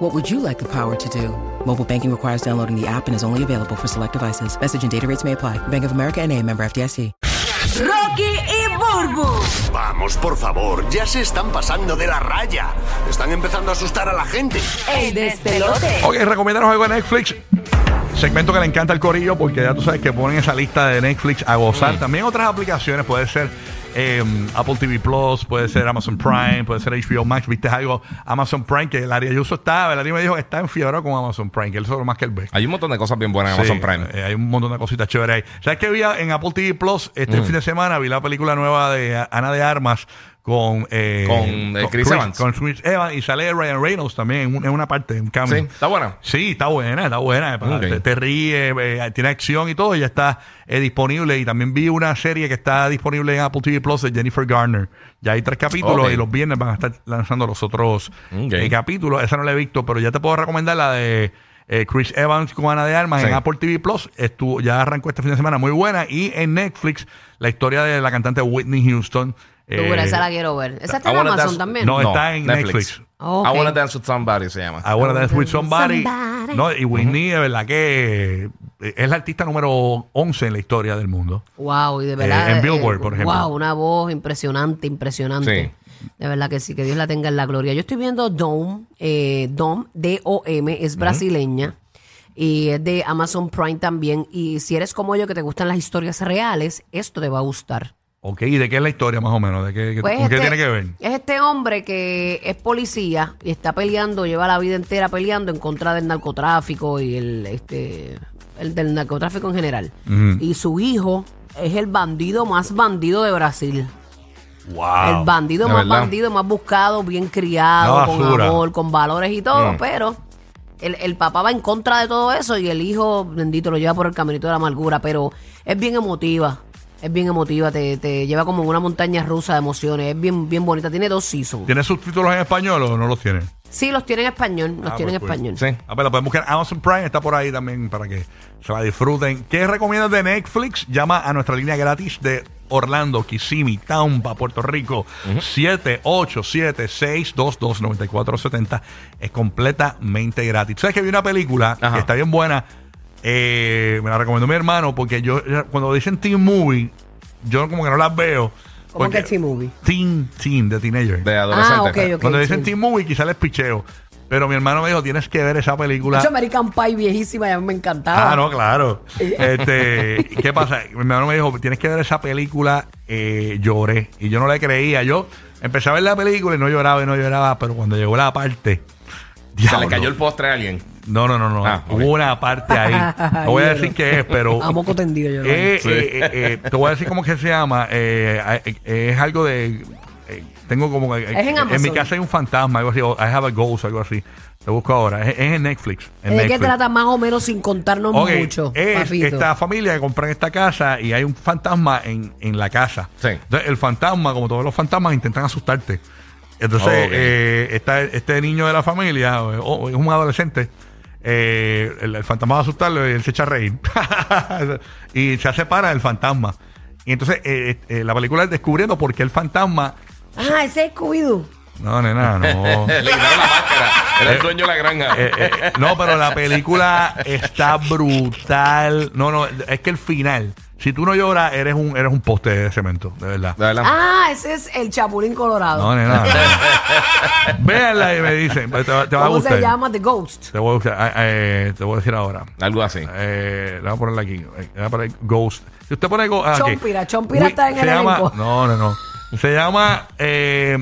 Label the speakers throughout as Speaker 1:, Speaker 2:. Speaker 1: What would you like the power to do? Mobile banking requires downloading the app and is only available for select devices. Message and data rates may apply. Bank of America and a member FDIC.
Speaker 2: Rocky y Burbu,
Speaker 3: Vamos, por favor, ya se están pasando de la raya. Están empezando a asustar a la gente.
Speaker 2: el despelote.
Speaker 4: Ok, recomendaros algo de Netflix. Segmento que le encanta al corillo porque ya tú sabes que ponen esa lista de Netflix a gozar. También otras aplicaciones, puede ser eh, Apple TV Plus, puede ser Amazon Prime, puede ser HBO Max. ¿Viste algo? Amazon Prime, que el área yo uso está, el área me dijo que está enfiebrado con Amazon Prime, que él solo más que el ve.
Speaker 5: Hay un montón de cosas bien buenas en Amazon
Speaker 4: Sí,
Speaker 5: Prime.
Speaker 4: eh, hay un montón de cositas chéveres ahí. ¿Sabes qué vi en Apple TV Plus este
Speaker 5: Mm.
Speaker 4: fin de semana? Vi la película nueva de Ana de Armas con, eh,
Speaker 5: Con, eh, Chris Evans.
Speaker 4: con Chris Evans y sale Ryan Reynolds también en, un- en una parte, en cambio.
Speaker 5: Sí, está buena.
Speaker 4: Sí, está buena, está buena. eh, para-
Speaker 5: Ok.
Speaker 4: te, te ríe, eh, tiene acción y todo, y ya está eh, disponible. Y también vi una serie que está disponible en Apple TV Plus de Jennifer Garner. Ya hay tres capítulos
Speaker 5: Ok.
Speaker 4: y los viernes van a estar lanzando los otros
Speaker 5: Ok.
Speaker 4: eh, capítulos. Esa no la he visto, pero ya te puedo recomendar la de eh, Chris Evans con Ana de Armas
Speaker 5: Sí.
Speaker 4: en Apple TV Plus. Estuvo, ya arrancó este fin de semana, muy buena. Y en Netflix, la historia de la cantante Whitney Houston. eh,
Speaker 6: Dura, esa la quiero ver. Esa está en
Speaker 5: I Wanna
Speaker 6: Amazon
Speaker 5: Dance-
Speaker 6: también. Ah,
Speaker 4: No, está en Netflix.
Speaker 6: Ok.
Speaker 5: I Wanna Dance With Somebody se llama.
Speaker 4: I Wanna Dance With Somebody. No, y Whitney, de verdad que eh, es la artista número 11 en la historia del mundo.
Speaker 6: Wow, y de verdad.
Speaker 4: Eh, en Billboard, por ejemplo.
Speaker 6: Wow, una voz impresionante, impresionante. De verdad que sí, que Dios la tenga en la gloria. Yo estoy viendo Dome, eh, Dome, D-O-M, es brasileña. Y es de Amazon Prime también. Y si eres como yo, que te gustan las historias reales, esto te va a gustar.
Speaker 4: Ok, ¿y de qué es la historia más o menos? ¿De qué, qué-
Speaker 6: Pues
Speaker 4: con qué
Speaker 6: este-
Speaker 4: tiene que ver?
Speaker 6: Es este hombre que es policía y está peleando, lleva la vida entera peleando en contra del narcotráfico y el este el del narcotráfico en general. Y su hijo es el bandido más bandido de Brasil.
Speaker 4: Wow.
Speaker 6: el bandido
Speaker 5: de
Speaker 6: más
Speaker 5: verdad.
Speaker 6: bandido, más buscado, bien criado,
Speaker 4: Una
Speaker 6: con
Speaker 4: basura. Mm.
Speaker 6: amor, con valores y todo, pero el, el papá va en contra de todo eso y el hijo, bendito, lo lleva por el caminito de la amargura, pero es bien emotiva. Es bien emotiva, te, te lleva como en una montaña rusa de emociones. Es bien, bien bonita. Tiene dos seasons.
Speaker 4: ¿Tiene subtítulos en español o no los tiene?
Speaker 6: Sí, los tiene en español. Los
Speaker 4: Ah,
Speaker 6: tiene
Speaker 4: pues,
Speaker 6: en español.
Speaker 5: Sí.
Speaker 4: Ah, pero la pueden buscar. Amazon Prime está por ahí también para que se la disfruten. ¿Qué recomiendas de Netflix? Llama a nuestra línea gratis de Orlando, Kissimmee, Tampa, Puerto Rico. 787-622-9470. Es completamente gratis. ¿Sabes que vi una película
Speaker 5: Ajá.
Speaker 4: que está bien buena? Eh, me la recomendó mi hermano porque yo, cuando dicen Teen Movie, yo como que no las veo.
Speaker 6: ¿Cómo que
Speaker 4: porque-
Speaker 6: Teen Movie?
Speaker 4: Teen, teen, de teenager.
Speaker 5: De
Speaker 6: Ah,
Speaker 5: adolescente.
Speaker 6: ok, ok.
Speaker 4: Cuando dicen
Speaker 6: sí.
Speaker 4: Teen Movie, quizás les picheo. Pero mi hermano me dijo, tienes que ver esa película.
Speaker 6: Yo American Pie viejísima, ya me encantaba.
Speaker 4: Ah, no, claro. Este, ¿Qué pasa? Mi hermano me dijo, tienes que ver esa película, eh, lloré. Y yo no le creía. Yo empecé a ver la película y no lloraba y no lloraba, pero cuando llegó la parte...
Speaker 5: Se
Speaker 4: diablo.
Speaker 5: le cayó el postre a alguien.
Speaker 4: No, no, no, no. eh,
Speaker 5: Ah, ok.
Speaker 4: Hubo una parte ahí. No voy a decir qué es, pero...
Speaker 6: A moco tendido yo.
Speaker 4: Eh,
Speaker 5: Sí.
Speaker 4: eh, eh, eh, te voy a decir cómo que se llama. Eh, eh, eh, es algo de. eh, tengo como. eh,
Speaker 6: en Amazon.
Speaker 4: mi casa hay un fantasma, algo así. o I have a ghost, algo así. Te busco ahora. Es, es en Netflix. En
Speaker 6: ¿De qué
Speaker 4: Netflix.
Speaker 6: trata más o menos sin contarnos
Speaker 4: Ok, eh,
Speaker 6: mucho?
Speaker 4: es
Speaker 6: papito?
Speaker 4: esta familia que compran esta casa y hay un fantasma en, en la casa.
Speaker 5: Sí.
Speaker 4: Entonces, el fantasma, como todos los fantasmas, intentan asustarte. Entonces,
Speaker 5: Ok.
Speaker 4: eh, está este niño de la familia, o, o es un adolescente, eh, el, el fantasma va a asustarlo y él se echa a reír. y se separa del fantasma. Y entonces, eh, eh, la película es descubriendo por qué el fantasma.
Speaker 6: Ah, ese es Scooby-Doo.
Speaker 4: No, nena, no.
Speaker 5: Le quitaron la máscara. Era el dueño de la granja.
Speaker 4: Eh, eh, no, pero la película está brutal. No, no, es que el final. Si tú no lloras, eres un, eres un poste de cemento, de verdad.
Speaker 5: De verdad.
Speaker 6: Ah, ese es el Chapulín Colorado.
Speaker 4: No, nena. no. Véanla y me dicen. Te, va- te va a
Speaker 6: ¿Cómo
Speaker 4: gustar.
Speaker 6: se llama? The Ghost.
Speaker 4: Te voy a, buscar, ah, eh, te voy a decir ahora.
Speaker 5: Algo así.
Speaker 4: Eh, le voy a ponerla aquí. Eh, le voy a poner Ghost. Si usted pone Ghost. ah, aquí.
Speaker 6: Chompira, Chompira está en
Speaker 4: se
Speaker 6: el
Speaker 4: llama-
Speaker 6: elenco.
Speaker 4: No, no, no. Se llama eh,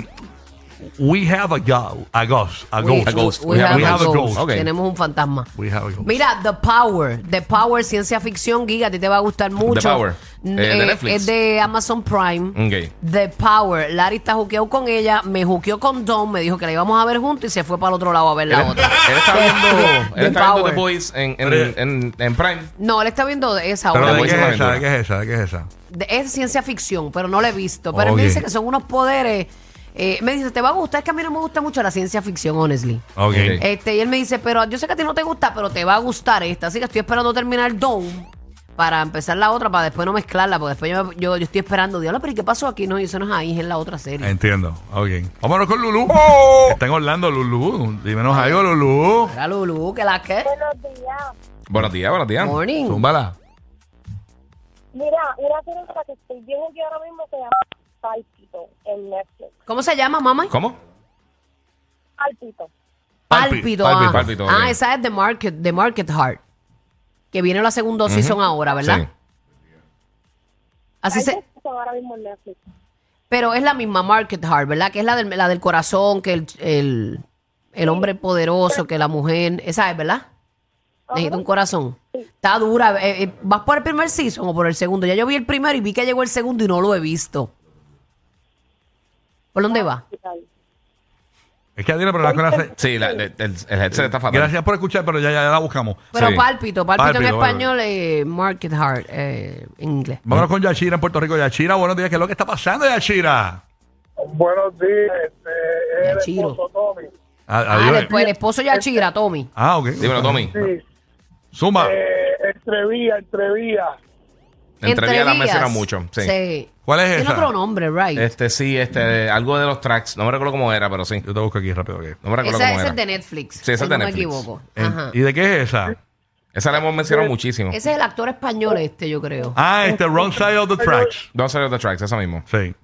Speaker 4: We have a, go a ghost. A
Speaker 6: We-
Speaker 4: ghost.
Speaker 5: A ghost.
Speaker 6: we have a ghost.
Speaker 5: Ok.
Speaker 6: Tenemos un fantasma.
Speaker 4: We have a ghost.
Speaker 6: Mira, The Power. The Power, ciencia ficción, Giga, a ti te va a gustar mucho.
Speaker 5: Power. Eh,
Speaker 6: N-
Speaker 5: de
Speaker 6: eh,
Speaker 5: Netflix.
Speaker 6: Es de Amazon Prime.
Speaker 5: Ok.
Speaker 6: The Power. Larry está juqueado con ella, me juqueó con Don, me dijo que la íbamos a ver juntos y se fue para el otro lado a ver
Speaker 5: Él,
Speaker 6: la otra.
Speaker 5: él está
Speaker 6: The-
Speaker 5: viendo,
Speaker 6: The
Speaker 5: él está viendo
Speaker 6: Power.
Speaker 5: The Boys en,
Speaker 4: eh,
Speaker 5: en, en, en Prime.
Speaker 6: No, él está viendo esa
Speaker 4: Pero
Speaker 6: otra.
Speaker 4: ¿de
Speaker 5: voy
Speaker 4: qué
Speaker 5: a
Speaker 4: es
Speaker 5: hacer
Speaker 4: esa?
Speaker 5: una
Speaker 4: ¿De qué es esa? ¿De qué es esa?
Speaker 6: De- es ciencia ficción, pero no la he visto. Pero él me
Speaker 4: Ok.
Speaker 6: dice que son unos poderes. eh, me dice, ¿te va a gustar? Es que a mí no me gusta mucho la ciencia ficción, honestly.
Speaker 4: Ok.
Speaker 5: Ok.
Speaker 6: Este, y él me dice, pero yo sé que a ti no te gusta, pero te va a gustar esta. Así que estoy esperando terminar Dome para empezar la otra, para después no mezclarla, porque después yo, me- yo, yo estoy esperando, diablo, pero ¿y qué pasó aquí? No, y eso no es ahí, es en la otra serie.
Speaker 4: Ah, Entiendo. Ok. Vámonos con Lulú.
Speaker 5: ¡Oh!
Speaker 4: Está en Orlando, Lulú. Dímenos
Speaker 5: Ah.
Speaker 4: algo, Lulú.
Speaker 6: Era Lulu, que la que.
Speaker 7: Buenos días.
Speaker 5: Buenos días, buenos días.
Speaker 6: Morning.
Speaker 4: Zúmbala.
Speaker 7: Mira, una serie para que estoy viendo que ahora mismo se llama Palpito en Netflix.
Speaker 6: ¿Cómo se llama, mamá?
Speaker 5: ¿Cómo?
Speaker 7: Palpito.
Speaker 6: Pálpito.
Speaker 4: Pálpito,
Speaker 6: ah.
Speaker 5: pálpito,
Speaker 6: ah,
Speaker 5: ok.
Speaker 6: esa es The Market, The Market Heart. Que viene la segunda season ahora, ¿verdad? Así
Speaker 7: Hay
Speaker 6: se.
Speaker 7: dos que son ahora mismo en Netflix.
Speaker 6: Pero es la misma Market Heart, ¿verdad? Que es la del, la del corazón, que el, el, el hombre poderoso, que la mujer. Esa es, ¿verdad? Necesita un corazón. Está dura. Eh, eh, ¿Vas por el primer season o por el segundo? Ya yo vi el primero y vi que llegó el segundo y no lo he visto. ¿Por dónde va?
Speaker 4: Es que Adriana, pero la cosa es-
Speaker 5: Sí, la- la- el, el headset está fatal.
Speaker 4: Gracias por escuchar, pero ya, ya, ya la buscamos.
Speaker 6: Pero
Speaker 5: Sí.
Speaker 6: pálpito, pálpito, en
Speaker 4: Pálpito,
Speaker 6: español, eh, Market Heart eh, en inglés.
Speaker 4: Vámonos con Yashira en Puerto Rico. Yashira, buenos días. ¿Qué es lo que está pasando, Yashira?
Speaker 8: Buenos días, este, es el
Speaker 6: Yachiro.
Speaker 8: esposo Tommy.
Speaker 4: A-
Speaker 6: Ah,
Speaker 4: Adiós.
Speaker 6: después el esposo Yachira, Tommy.
Speaker 4: Ah, ok.
Speaker 5: Dímelo, Tommy.
Speaker 8: Sí,
Speaker 4: Zumba.
Speaker 8: eh, entrevía, entrevía.
Speaker 5: Entrevía a la
Speaker 6: Entrevías.
Speaker 5: mesa era mucho. Sí.
Speaker 4: ¿Cuál es
Speaker 6: Tiene
Speaker 4: esa?
Speaker 6: otro nombre, right?
Speaker 5: Este sí, este, algo de los tracks. No me recuerdo cómo era, pero sí.
Speaker 4: Yo te busco aquí rápido. ok.
Speaker 5: No me recuerdo
Speaker 6: Esa
Speaker 5: cómo
Speaker 6: es
Speaker 5: era.
Speaker 6: el de Netflix.
Speaker 5: Sí, esa es
Speaker 6: si
Speaker 5: de
Speaker 6: no
Speaker 5: Netflix.
Speaker 6: me equivoco.
Speaker 4: En-
Speaker 6: Ajá.
Speaker 4: ¿Y de qué es esa?
Speaker 5: Esa la hemos mencionado muchísimo.
Speaker 6: Ese es el actor español este, yo creo.
Speaker 4: Ah, este Wrong Side of the Tracks.
Speaker 5: Don't say the tracks, esa mismo.
Speaker 4: Sí.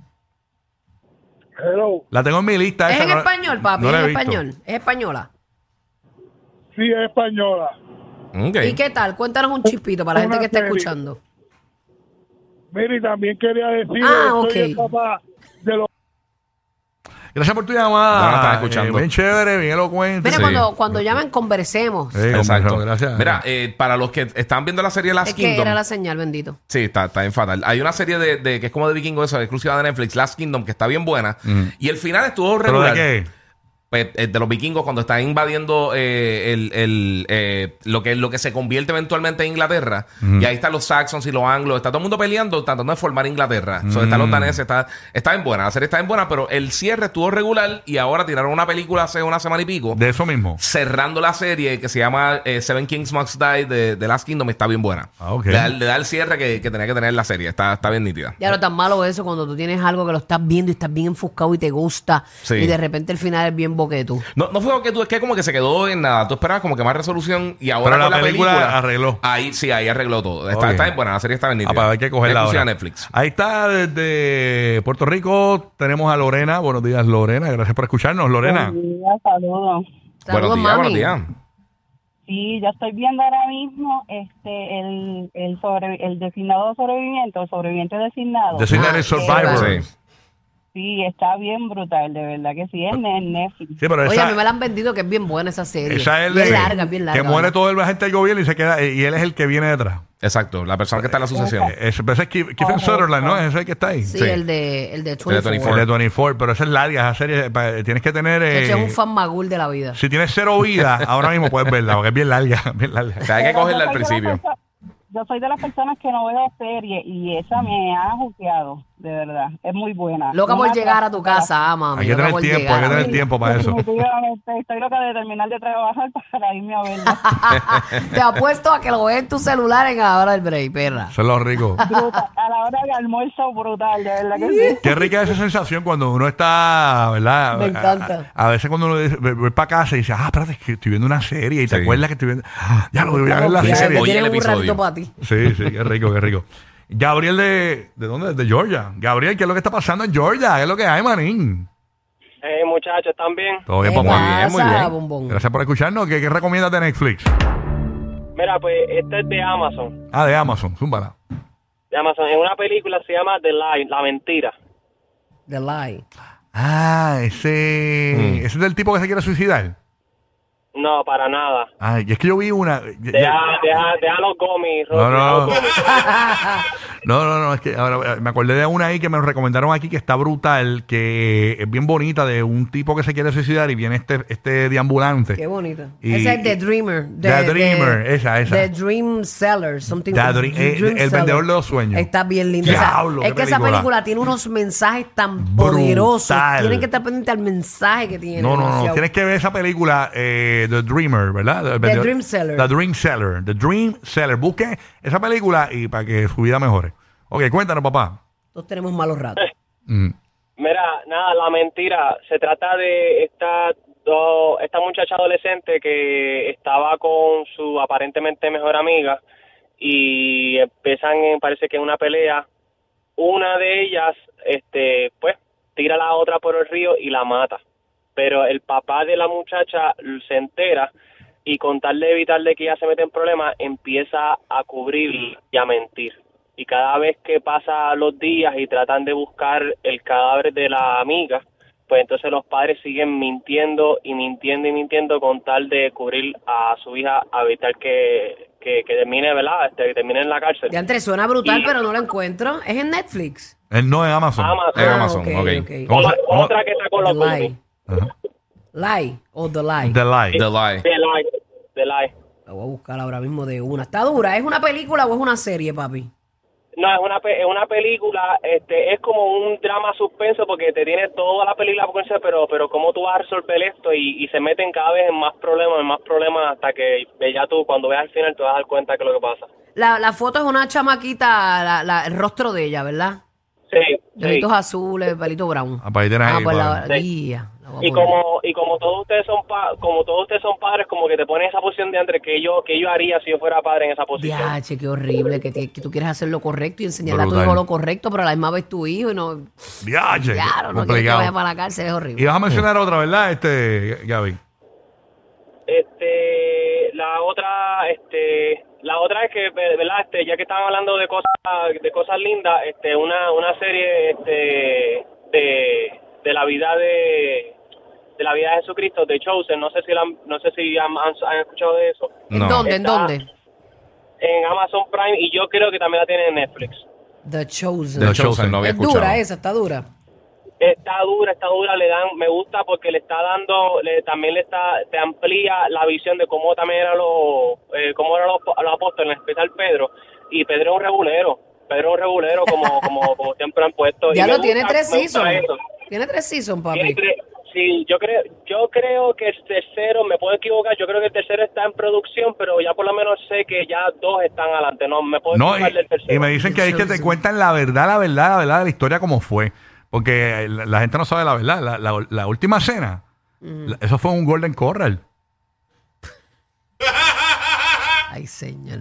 Speaker 8: Hello.
Speaker 4: La tengo en mi lista.
Speaker 6: es
Speaker 4: esa,
Speaker 6: en
Speaker 4: no-
Speaker 6: español, papi,
Speaker 4: no
Speaker 6: es
Speaker 4: la
Speaker 6: en
Speaker 4: he visto.
Speaker 6: español. Es española.
Speaker 8: Sí, es española.
Speaker 5: Ok.
Speaker 6: ¿Y qué tal? Cuéntanos un chispito para la gente
Speaker 8: Una
Speaker 6: que está
Speaker 8: serie.
Speaker 6: escuchando.
Speaker 8: Mire, y también quería decir
Speaker 6: Ah,
Speaker 8: soy
Speaker 6: ok.
Speaker 8: el papá de los...
Speaker 4: Gracias por tu llamada.
Speaker 5: Bueno, estás escuchando.
Speaker 4: Eh, bien chévere, bien elocuente.
Speaker 6: Mira,
Speaker 5: Sí.
Speaker 6: cuando, cuando llamen, conversemos.
Speaker 4: Eh,
Speaker 5: Exacto.
Speaker 4: conversamos, Gracias.
Speaker 5: Mira, eh, para los que están viendo la serie Last
Speaker 6: es que
Speaker 5: Kingdom.
Speaker 6: era la señal, bendito.
Speaker 5: Sí, está, está bien fatal. Hay una serie de, de- que es como de vikingo esa, exclusiva de Netflix, Last Kingdom, que está bien buena. Y el final estuvo
Speaker 4: Mm. ¿Pero
Speaker 5: regular.
Speaker 4: de qué?
Speaker 5: Pues, eh, de los vikingos cuando están invadiendo eh, el, el, eh, lo, que, lo que se convierte eventualmente en Inglaterra. Y ahí están los Saxons y los anglos. Está todo el mundo peleando, tratando de formar Inglaterra. So, están
Speaker 4: Mm.
Speaker 5: los daneses, está, está en buena. La serie está en buena, pero el cierre estuvo regular y ahora tiraron una película hace una semana y pico.
Speaker 4: De eso mismo.
Speaker 5: Cerrando la serie que se llama eh, Seven Kings Must Die de, de Last Kingdom, está bien buena.
Speaker 4: Ah, ok.
Speaker 5: Le da, le da el cierre que, que tenía que tener la serie, está, está bien nítida.
Speaker 6: Ya lo tan malo eso cuando tú tienes algo que lo estás viendo y estás bien enfocado y te gusta.
Speaker 5: Sí.
Speaker 6: Y de repente el final es bien boqueto.
Speaker 5: No, no fue como que tú, es que como que se quedó en nada. Tú esperabas como que más resolución y ahora
Speaker 4: Pero
Speaker 5: con
Speaker 4: la
Speaker 5: la
Speaker 4: película
Speaker 5: película,
Speaker 4: arregló.
Speaker 5: Ahí sí, ahí arregló todo. Está,
Speaker 4: Ok.
Speaker 5: está bien buena, la serie está bien
Speaker 4: Ah,
Speaker 5: nítida.
Speaker 4: para hay que cogerla
Speaker 5: Exclusiva
Speaker 4: ahora.
Speaker 5: Netflix.
Speaker 4: Ahí está desde Puerto Rico. Tenemos a Lorena. Buenos días, Lorena. Gracias por escucharnos, Lorena.
Speaker 7: Saludos.
Speaker 6: Saludos,
Speaker 5: buenos días,
Speaker 6: mami.
Speaker 5: buenos días.
Speaker 7: Sí, yo estoy viendo ahora mismo este el, el, sobre, el designado sobreviviente o sobreviviente designado.
Speaker 4: Designated
Speaker 6: Ah,
Speaker 4: Survivor.
Speaker 5: Sí.
Speaker 7: Sí, está bien brutal, de verdad que sí, es en Netflix.
Speaker 4: Sí, pero
Speaker 6: Oye, a mí me
Speaker 4: esa,
Speaker 6: la han vendido que es bien buena esa serie.
Speaker 4: esa es
Speaker 6: bien
Speaker 4: de-
Speaker 6: larga, bien larga.
Speaker 4: que muere todo el agente del gobierno y se queda y él es el que viene detrás.
Speaker 5: Exacto, la persona que está en la sucesión.
Speaker 4: Eh, Ese, ese es Kiefer Kiefer Sutherland, ¿no? Ese es el que está ahí.
Speaker 6: Sí,
Speaker 5: Sí.
Speaker 6: el de, el de 24.
Speaker 5: 24.
Speaker 4: El de 24, pero esa es larga, esa serie. eh, pa- Tienes que tener. eh,
Speaker 6: Ese es un fan magul de la vida.
Speaker 4: si tienes cero vida, ahora mismo puedes verla, porque es bien larga. Bien larga.
Speaker 5: O sea, hay que
Speaker 7: Pero
Speaker 5: cogerla
Speaker 7: yo
Speaker 5: al
Speaker 7: soy de las
Speaker 5: principio.
Speaker 7: perso- Yo soy de las personas que no veo serie y esa me ha juqueado, de verdad. Es muy buena.
Speaker 6: Loca
Speaker 7: No
Speaker 6: por
Speaker 7: me
Speaker 6: llegar a
Speaker 7: atrasa,
Speaker 6: tu casa, ah, mami.
Speaker 4: Hay que
Speaker 6: loca
Speaker 4: tener
Speaker 6: por
Speaker 4: tiempo, hay que
Speaker 6: llegar.
Speaker 4: tener tiempo para eso.
Speaker 7: Definitivamente, estoy loca de terminar de trabajar para irme a verla.
Speaker 6: Te apuesto a que lo ves en tu celular en la hora del break, perra.
Speaker 4: Eso es lo rico.
Speaker 7: Brutal, a la hora de almuerzo, brutal, de verdad que sí.
Speaker 4: Qué rica esa sensación cuando uno está, ¿verdad?
Speaker 6: Me encanta.
Speaker 4: A, a- a veces cuando uno dice, ve- voy para casa y dice, ah, espérate, que estoy viendo una serie y te
Speaker 5: Sí.
Speaker 4: acuerdas que estoy viendo. "Ah, ya lo voy a ver la
Speaker 5: Dice,
Speaker 6: Claro,
Speaker 4: serie.
Speaker 5: "Oye,
Speaker 6: tienes
Speaker 5: el
Speaker 6: un
Speaker 5: episodio".
Speaker 6: ratito para ti.
Speaker 4: Sí, sí, qué rico, qué rico. Gabriel de. ¿De dónde? De Georgia. Gabriel, ¿qué es lo que está pasando en Georgia? ¿Qué es lo que hay, manín?
Speaker 9: Hey, muchachos, ¿están bien?
Speaker 4: Todo bien,
Speaker 6: ¿Qué
Speaker 4: papá.
Speaker 6: pasa,
Speaker 5: Muy bien, muy bien.
Speaker 6: bombón?
Speaker 4: Gracias por escucharnos. ¿Qué, qué recomiendas de Netflix?
Speaker 9: Mira, pues este es de Amazon.
Speaker 4: Ah, de Amazon. Zúmbala.
Speaker 9: De Amazon. En una película se llama The Lie, La Mentira.
Speaker 6: The Lie.
Speaker 4: Ah, ese.
Speaker 5: Mm.
Speaker 4: Ese es el tipo que se quiere suicidar.
Speaker 9: No, para nada.
Speaker 4: Ay, es que yo vi una. ya- ya-
Speaker 9: Deja, deja, deja los gomis,
Speaker 4: No,
Speaker 9: Rocky, deja
Speaker 4: no,
Speaker 9: los
Speaker 4: no.
Speaker 9: gomis.
Speaker 4: No, no, no, es que ahora eh, me acordé de una ahí que me recomendaron aquí que está brutal, que es bien bonita, de un tipo que se quiere suicidar y viene este, este deambulante.
Speaker 6: Qué bonito.
Speaker 4: Y-
Speaker 6: Esa es The Dreamer.
Speaker 4: The Dreamer, esa, esa.
Speaker 6: The Dream Seller. Something
Speaker 4: The Dream- eh, el vendedor de los sueños.
Speaker 6: Está bien linda.
Speaker 4: Diablo,
Speaker 6: Esa- es
Speaker 4: qué
Speaker 6: que esa
Speaker 4: película.
Speaker 6: película tiene unos mensajes tan
Speaker 4: Brutal.
Speaker 6: poderosos. Tienen que estar pendientes al mensaje que tiene.
Speaker 4: No, no, no.
Speaker 6: demasiado.
Speaker 4: Tienes que ver esa película, eh, The Dreamer, ¿verdad?
Speaker 6: The Dream Seller.
Speaker 4: The Dream Seller. The Dream Seller. Busquen esa película y para que su vida mejore. Ok, cuéntanos, papá.
Speaker 6: Todos tenemos malos ratos.
Speaker 4: Mm.
Speaker 9: Mira, nada, la mentira. Se trata de esta, do- esta muchacha adolescente que estaba con su aparentemente mejor amiga y empiezan, en, parece que en una pelea, una de ellas, este, pues, tira a la otra por el río y la mata. Pero el papá de la muchacha se entera y con tal de evitarle que ella se meta en problemas, empieza a cubrir y a mentir. Y cada vez que pasan los días y tratan de buscar el cadáver de la amiga, pues entonces los padres siguen mintiendo y mintiendo y mintiendo con tal de cubrir a su hija, a evitar que, que, que termine, ¿verdad? Este, que termine en la cárcel.
Speaker 6: De antes suena brutal,
Speaker 9: Y-
Speaker 6: pero no la encuentro. Es en Netflix.
Speaker 4: Él Eh, no en Amazon.
Speaker 9: Amazon.
Speaker 5: En
Speaker 6: Ah,
Speaker 5: Amazon,
Speaker 6: ok,
Speaker 5: ok.
Speaker 6: ok.
Speaker 5: ¿Cómo se-
Speaker 9: Otra-
Speaker 5: cómo-
Speaker 9: otra que está con
Speaker 6: The
Speaker 9: los
Speaker 6: Lie.
Speaker 9: gomis.
Speaker 4: Ajá.
Speaker 6: Lie o The Lie.
Speaker 4: The Light.
Speaker 5: The Lie.
Speaker 9: The Lie. The Lie.
Speaker 6: La voy a buscar ahora mismo de una. Está dura. ¿Es una película o es una serie, papi?
Speaker 9: No, es una, pe- es una película, este, es como un drama suspenso porque te tiene toda la película, por conocer, pero, pero cómo tú vas a resolver esto y, y se meten cada vez en más problemas, en más problemas hasta que ya tú cuando veas al final te vas a dar cuenta que es lo que pasa.
Speaker 6: La, la foto es una chamaquita, la- la- el rostro de ella, ¿verdad?
Speaker 9: Sí, sí.
Speaker 6: Pelitos azules, pelito brown.
Speaker 4: Ah, pues ahí tienes
Speaker 6: Ah,
Speaker 4: ahí,
Speaker 6: pues la,
Speaker 4: padre.
Speaker 9: Sí.
Speaker 6: guía, la voy a
Speaker 9: Y
Speaker 6: poner.
Speaker 9: como y como todos ustedes son pa- como todos ustedes son padres, como que te pones esa posición de entre que yo que yo haría si yo fuera padre en esa posición.
Speaker 6: Diache, qué horrible, que, te- que tú quieres hacer lo correcto y enseñarle a tu
Speaker 4: Brutal.
Speaker 6: hijo lo correcto, pero a la misma vez tu hijo y no...
Speaker 4: Diache,
Speaker 6: Claro, no quieres que
Speaker 4: complicado.
Speaker 6: vaya para la cárcel, es
Speaker 4: y
Speaker 6: horrible.
Speaker 4: vas a mencionar otra, ¿verdad, este, Gaby?
Speaker 9: Este, la otra, este, la otra es que, ve- verdad, este, ya que estaban hablando de cosas, de cosas lindas, este, una, una serie, este, de, de la vida de, de la vida de Jesucristo, de Chosen, no sé si la han- no sé si han, han- han escuchado de eso,
Speaker 6: ¿En
Speaker 5: No.
Speaker 6: dónde? ¿En
Speaker 9: Está-
Speaker 6: dónde?
Speaker 9: en Amazon Prime y yo creo que también la tienen en Netflix.
Speaker 6: The Chosen.
Speaker 5: The
Speaker 4: The Chosen.
Speaker 5: Chosen, no había
Speaker 6: es
Speaker 5: escuchado.
Speaker 6: dura esa, está dura.
Speaker 9: Está dura, está dura, le dan, me gusta porque le está dando, le, también le está, te amplía la visión de cómo también eran los, eh, cómo eran los, los apóstoles, en especial Pedro, y Pedro es un regulero, Pedro es un regulero como, como, como siempre han puesto.
Speaker 6: Ya
Speaker 9: y me
Speaker 6: lo tiene
Speaker 9: gusta-
Speaker 6: tres
Speaker 9: me gusta
Speaker 6: seasons.
Speaker 9: eso.
Speaker 6: Tiene tres seasons, papi.
Speaker 9: Tiene tres- Sí, yo creo, yo creo que el tercero, me puedo equivocar, yo creo que el tercero está en producción, pero ya por lo menos sé que ya dos están adelante, no me puedo
Speaker 4: No,
Speaker 9: equivocar
Speaker 4: y,
Speaker 9: del tercero.
Speaker 4: y me dicen que ahí es que te cuentan la verdad, la verdad, la verdad de la historia como fue. Porque la, la gente no sabe la verdad. La, la- la última cena, la- eso fue un Golden Corral.
Speaker 6: Ay, señor.